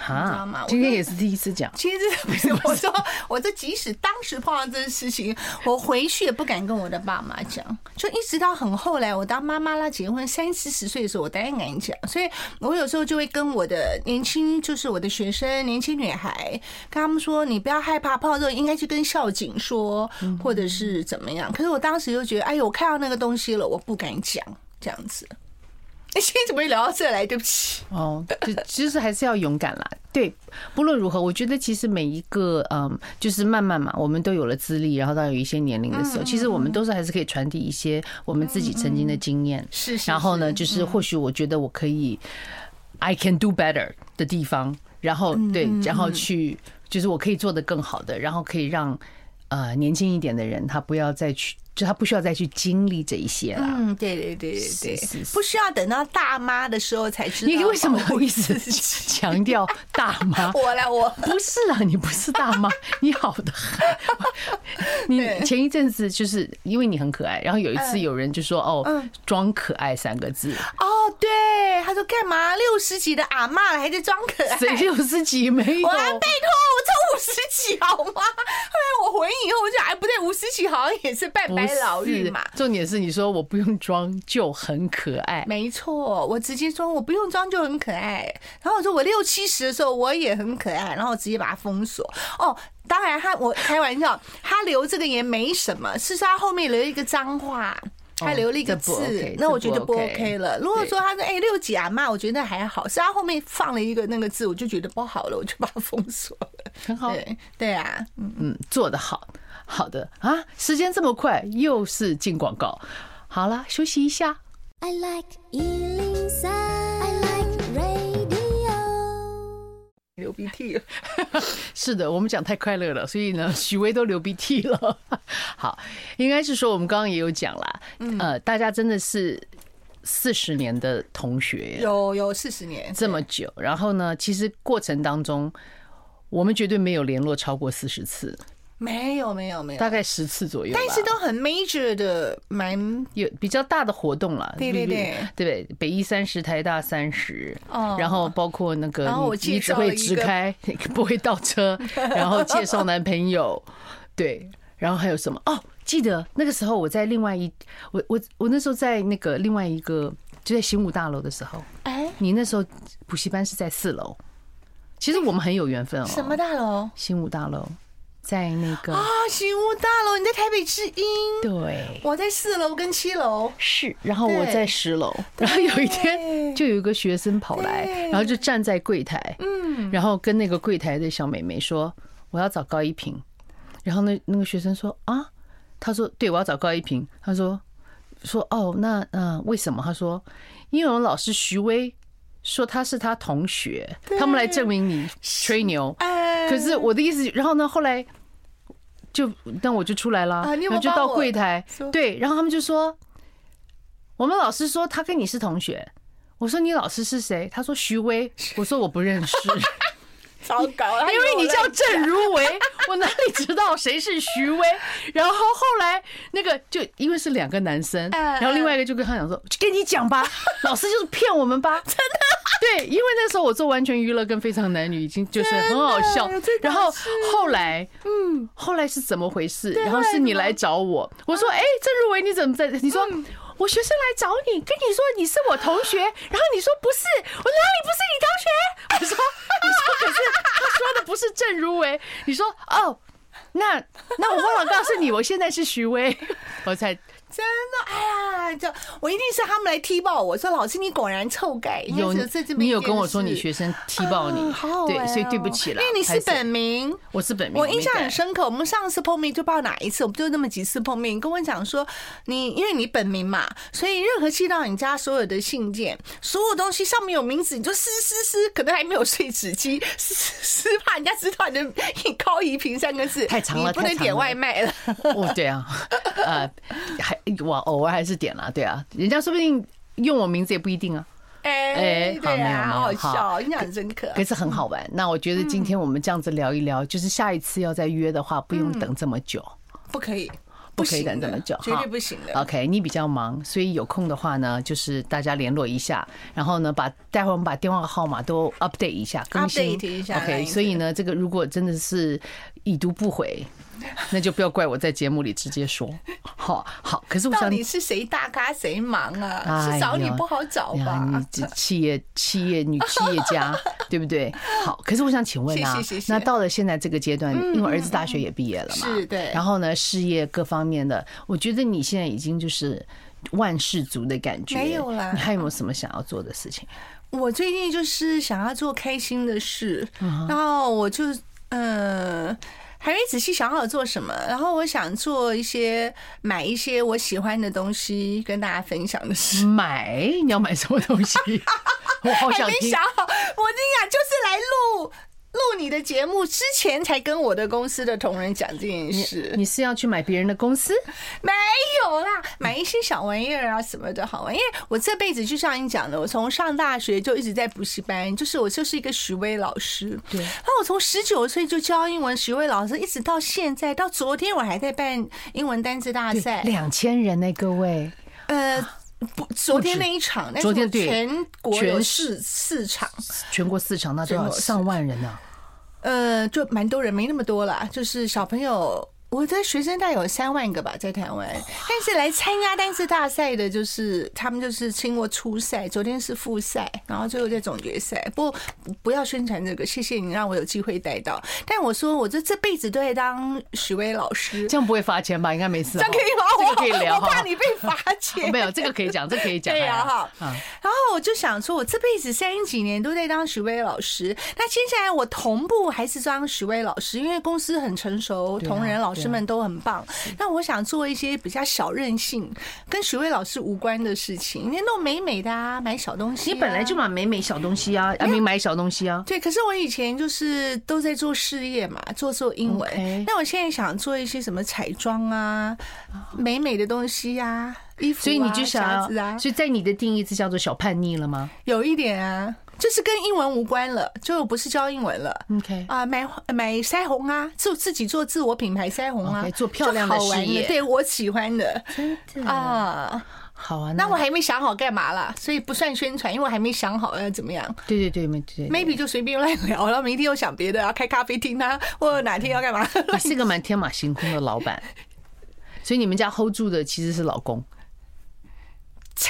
B: 你知道吗
A: 哈，
B: 我
A: 今天也是第一次讲，
B: 其实这不是我说，我这即使当时碰到这件事情，我回去也不敢跟我的爸妈讲，就一直到很后来我当妈妈啦，结婚三四十岁的时候，我当然敢讲。所以我有时候就会跟我的年轻，就是我的学生、年轻女孩，跟他们说，你不要害怕，碰到这个应该去跟校警说，或者是怎么样。可是我当时就觉得，哎呦，我看到那个东西了，我不敢讲，这样子。 哎，今天怎么会聊到这来？对不起。
A: 哦，就其实还是要勇敢啦。对，不论如何，我觉得其实每一个嗯，就是慢慢嘛，我们都有了资历，然后到有一些年龄的
B: 嗯
A: 时候，其实我们都是还是可以传递一些我们自己曾经的经验。
B: 是是
A: 然后呢，
B: 是
A: 就是或许我觉得我可以。 I can do better 的地方，然后
B: 嗯
A: 对，然后去就是我可以做的更好的，然后可以让呃年轻一点的人他不要再去，就他不需要再去经历这一些了。
B: 嗯，对对对对
A: 是是
B: 对，
A: 是
B: 不需要等到大妈的时候才知道。
A: 你为什么要一直强调大妈？
B: 我来我？
A: 不是啊，你不是大妈，你好的很。你
B: 对
A: 前一阵子就是因为你很可爱，然后有一次有人就说哦
B: 嗯，
A: 装可爱三个 字，
B: 哦，对，他说干嘛？六十几的阿嬷了还在装可爱。
A: 谁六十几没有
B: 我？还拜托，我才五十几好吗？后来我回应以后，我就哎不对，五十几好像也是半
A: 不
B: 白老妪
A: 是
B: 嘛。，
A: 重点是你说我不用装就很可爱，
B: 没错，我直接说我不用装就很可爱。然后我说我六七十的时候我也很可爱，然后我直接把它封锁。哦，当然他我开玩笑，他留这个也没什么，是说他后面留一个脏话。他留哦了一个
A: 这
B: 字，
A: 不 OK，
B: 那我觉得
A: 这不
B: 不
A: OK
B: OK 了。如果说他说哎、六几阿妈，我觉得还好，是他后面放了一个那个字，我就觉得不好了，我就把它封锁了。
A: 很好，
B: 对对啊，嗯
A: 嗯，做得好，好的啊，时间这么快，又是进广告，好了，休息一下。
C: I like Ealing Sound. I like radio.
B: 流鼻涕了。
A: 是的，我们讲太快乐了，所以呢， 许巍都流鼻涕了。 好，应该是说我们刚刚也有讲啦，
B: 嗯
A: 呃，大家真的是四十年的同学，
B: 有有四十年，
A: 这么久，然后呢，其实过程当中，我们绝对没有联络超过四十次，
B: 没有没有没有，
A: 大概十次左右吧，
B: 但是都很 major 的，蛮
A: 有比较大的活动了，
B: 对对对
A: 对不对，北一三十，台大三十，
B: 哦
A: 然后包括那个
B: 然后
A: 你
B: 我
A: 你
B: 介
A: 只
B: 绍
A: 会
B: 了一
A: 直
B: 个
A: 开， 不会倒 车，然后介绍男朋友，对，然后还有什么？哦，记得那个时候我在另外一，我我我那时候在那个另外一个就在新武大楼的时候，
B: 哎
A: 你那时候补习班是在四楼，其实我们很有缘分哦，
B: 什么大楼
A: 新武大楼，在那个、
B: 啊？新屋大楼，你在台北之音，
A: 对。
B: 我在四楼跟七楼。
A: 是，然后我
B: 对
A: 在十楼，然后有一天
B: 对
A: 就有一个学生跑来，
B: 对
A: 然后就站在柜台，嗯，然后跟那个柜台的小妹妹说：“我要找高一平。”然后那那个学生说：“啊，他说对，我要找高一平。”他说：“说哦，那嗯、呃为什么？”他说：“因为我们老师徐威说他是他同学，他们来证明你吹牛。”
B: 哎，
A: 可是我的意思，然后呢，后来就那我就出来啦，
B: 啊你
A: 然
B: 有没
A: 后
B: 有
A: 就到
B: 帮我
A: 柜台
B: 说，
A: 对，然后他们就说，我们老师说他跟你是同学，我说你老师是谁？他说徐威，我说我不认 识，
B: 糟糕，
A: 因为你叫郑如维， 我哪里知道谁是徐威？然后后来那个就因为是两个男生，
B: 嗯
A: 然后另外一个就跟他讲说，就跟你讲 吧，老师就是骗我们吧，真的。对，因为那时候我做完全娱乐跟非常男女已经就是很好笑
B: 真的，
A: 然后后来，嗯，后来是怎么回事？然后是你来找我，我
B: 嗯
A: 说，哎，郑如维你怎么在？你说。我学生来找你，跟你说你是我同学，然后你说不是，我说你不是你同学，我说我说可是他说的不是郑如维，你说哦，那那我忘了告诉你，我现在是徐威， 我才
B: 真的，哎呀，这我一定是他们来踢爆我说老师你果然臭盖，应该
A: 有
B: 只这这么
A: 你
B: 一
A: 有
B: 件
A: 跟我说你
B: 事
A: 学生踢爆你
B: 啊好好，玩
A: 对，
B: 哦
A: 所以对不起了，
B: 因为你
A: 拍
B: 是
A: 摄
B: 本名。
A: 我是本名，
B: 我印象
A: 没
B: 很
A: 改。
B: 深刻，我们上次碰面就不知道哪一次，我们就那么几次碰面。你跟我讲说，你因为你本名嘛，所以任何寄到你家所有的信件，所有东西上面有名字，你就撕撕撕，可能还没有碎纸机， 撕撕撕，怕人家知道你的“高一平”三个字，
A: 太长了
B: 你不
A: 太
B: 能
A: 长
B: 点
A: 了
B: 外 卖了。
A: 哦，对啊，呃，还我偶尔还是点了，对啊，人家说不定用我名字也不一定啊，哎
B: 哎，
A: 好
B: 对
A: 没有
B: 啊，好
A: 没
B: 好
A: 有
B: 笑，印象很深刻。
A: 可是很好玩。那我觉得今
B: 嗯
A: 天我们这样子聊一聊，就是下一次要再约的话，不用等这么久。
B: 不可以，
A: 不可以
B: 行
A: 等这么
B: 的
A: 久，
B: 绝
A: 哈
B: 对嗯不行的。
A: OK，你比较忙，所以有空的话呢，就是大家联络一下，然后呢，把待会我们把电话号码都 update 一下，更新
B: update 一下
A: OK，
B: 来
A: 所以呢，这个如果真的是已读不回，那就不要怪我在节目里直接说。好好，可是我
B: 到
A: 想
B: 底是谁大咖谁忙啊？
A: 哎
B: 是找你
A: 呀
B: 不好找
A: 呀
B: 吧
A: 你？这企业企业女企业 家，对不对？好，可是我想请问啊
B: 谢谢谢，谢嗯
A: 那到了现在这个阶段，因为儿子大学也毕业了嘛，
B: 是对
A: 然后呢，事业各方面的，我觉得你现在已经就是万事足的感觉，
B: 没有啦
A: 你还有没有什么想要做的事情？
B: 我最近就是想要做开心的事，然后我就嗯。还没仔细想好做什么，然后我想做一些买一些我喜欢的东西跟大家分享的事。
A: 买？你要买什么东西？嗯我好想
B: 还没
A: 听
B: 想好，我跟你讲，就是来录录你的节目之前，才跟我的公司的同仁讲这件事。
A: 你是要去买别人的公司？
B: 没有啦，买一些小玩意儿啊什么的好玩。因为我这辈子就像你讲的，我从上大学就一直在补习班，就是我就是一个徐威老师。
A: 对
B: 然后我从十九岁就教英文徐威老师，一直到现在，到昨天我还在办英文单词大赛。
A: 两千人呢，各位，
B: 呃，不，昨天那一场，但是
A: 昨天
B: 我
A: 对
B: 全国有
A: 全
B: 四四场，
A: 全国四场那多
B: 全
A: 少
B: 国四
A: 上万人呢？
B: 呃，就蛮多人，没那么多啦，就是小朋友。我的学生大概有三万个吧，在台湾，但是来参加单词大赛的，就是他们就是经过初赛，昨天是复赛，然后最后在总决赛。不过不要宣传这个，谢谢你让我有机会带到。但我说，我这这辈子都在当许巍老师，
A: 这样不会罚钱吧？应该没事
B: 这
A: 哈。
B: 样可以吗？
A: 这个
B: 我
A: 可以聊
B: 我
A: 哈
B: 怕。你被罚钱。
A: 没有，这个可以讲，这个可以讲。
B: 对啊呀、
A: 哎
B: 哈，
A: 嗯
B: 然后我就想说，我这辈子三十几年都在当许巍老师，那接下来我同步还是当许巍老师，因为公司很成熟，
A: 对啊
B: 同仁老师们都很棒。那我想做一些比较小任性、跟许巍老师无关的事情，因为弄美美的啊，买小东西啊、
A: 你本来就买美美小东西
B: 哎
A: 啊，阿明买小东西啊，
B: 对，可是我以前就是都在做事业嘛，做做英文。
A: OK
B: 那我现在想做一些什么彩妆啊、美美的东西呀、啊、衣服、啊、
A: 所以你就想
B: 夹子啊
A: 要，，所以在你的定义之下做小叛逆了吗
B: 有一点啊，就是跟英文无关了，就不是教英文了。
A: ？OK，
B: 啊、买买腮红啊，就自己做自我品牌腮红啊
A: OK，做漂亮的
B: 就好玩
A: 事业
B: 对我喜欢的
A: 真的啊，
B: 啊。
A: 好啊，
B: 那我还没想好干嘛啦，所以不算宣传，因为我还没想好要怎么样。
A: 对对对，没对对
B: maybe 就随便乱聊，然后明天又想别的，要开咖啡 厅啊，或哪天要干嘛。
A: 你是个蛮天马行空的老板，所以你们家 hold 住的其实是老公。
B: 切，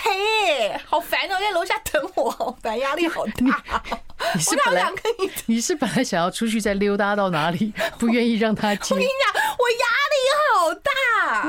B: 好烦哦，在楼下等我，好烦，压力好大。
A: 你是
B: 我哪
A: 本来
B: 想跟你
A: 你是本来想要出去再溜达到哪 里，不愿意让他接
B: 我跟，你讲，我压力好大。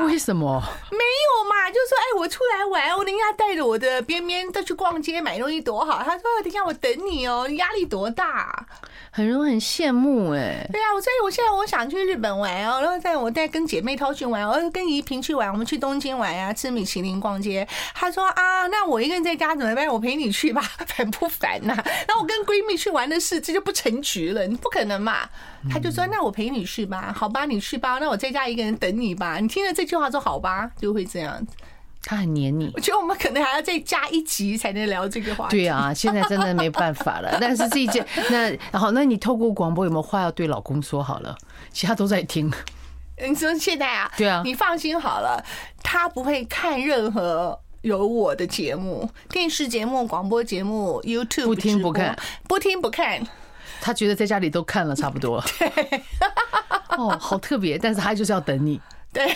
A: 为什么？
B: 没有嘛，就说哎，我出来玩，我等一下带着我的边边再去逛街买东西多好。他说等一下我等你哦，压力多大？
A: 很多人很羡慕哎，
B: 对啊，我所以我现在我想去日本玩哦，然后在我带跟姐妹淘去玩，我跟怡萍去玩，我们去东京玩啊，吃米其林逛街。他说啊，那我一个人在家怎么办？我陪你去吧，烦不烦呐、然后我跟闺蜜去玩的事，这就不成局了，你不可能嘛。他就说那我陪你去吧，好吧，你去吧，那我在家一个人等你吧。你听了这句话说好吧，就会这样子。
A: 他很黏你。
B: 我觉得我们可能还要再加一集才能聊这个话题。
A: 对啊，现在真的没办法了。但是这一 件，那好，那你透过广播有没有话要对老公说？好了，其他都在听。
B: 你说现在啊，
A: 对啊
B: 你放心好了，他不会看任何。有我的节目、电视节目、广播节目、YouTube
A: 不听不
B: 直播
A: 看，
B: 不听不看。
A: 他觉得在家里都看了差不 多。哦，好特别，但是他就是要等你。
B: 对，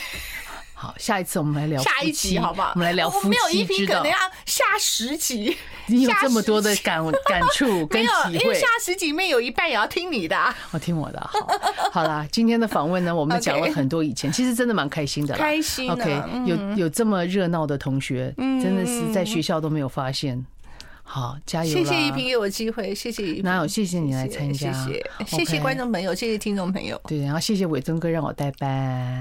A: 好，下一次我们来聊
B: 下一
A: 夫妻
B: 集好不好？
A: 我们来聊
B: 我
A: 夫
B: 没有
A: 妻
B: 一批，
A: 之
B: 可
A: 道
B: 能。要下十集。
A: 你有
B: 下
A: 这么
B: 十
A: 多的
B: 集
A: 感感触跟
B: 没有，
A: 体
B: 因
A: 会
B: 为下，十集里面有一半也要听你的、啊。
A: 我哦听我的。好，好啦，今天的访问 呢，我们讲了
B: OK
A: 很多以前，其实真的蛮开心的啦。
B: 开心啊嗯
A: OK，有有这么热闹的同学，真的是在学校都没有发现。好，加油！
B: 谢谢一平。给我机会，谢谢一平。
A: 哪有？谢谢你来
B: 谢谢
A: 参加，
B: 谢谢，谢谢
A: OK 啊
B: 观。众朋友，谢谢听众朋友。
A: 对，然后谢谢伟忠哥让我代 班。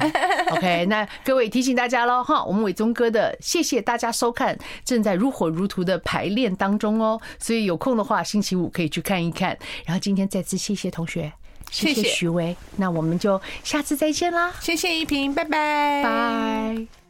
A: OK，那各位提醒大家喽哈，我们伟忠哥的谢谢大家收看，正在如火如荼的排练当中哦，所以有空的话星期五可以去看一看。然后今天再次谢谢同学，谢
B: 谢
A: 谢
B: 谢
A: 徐薇，那我们就下次再见啦，
B: 谢谢一平，拜拜，
A: 拜。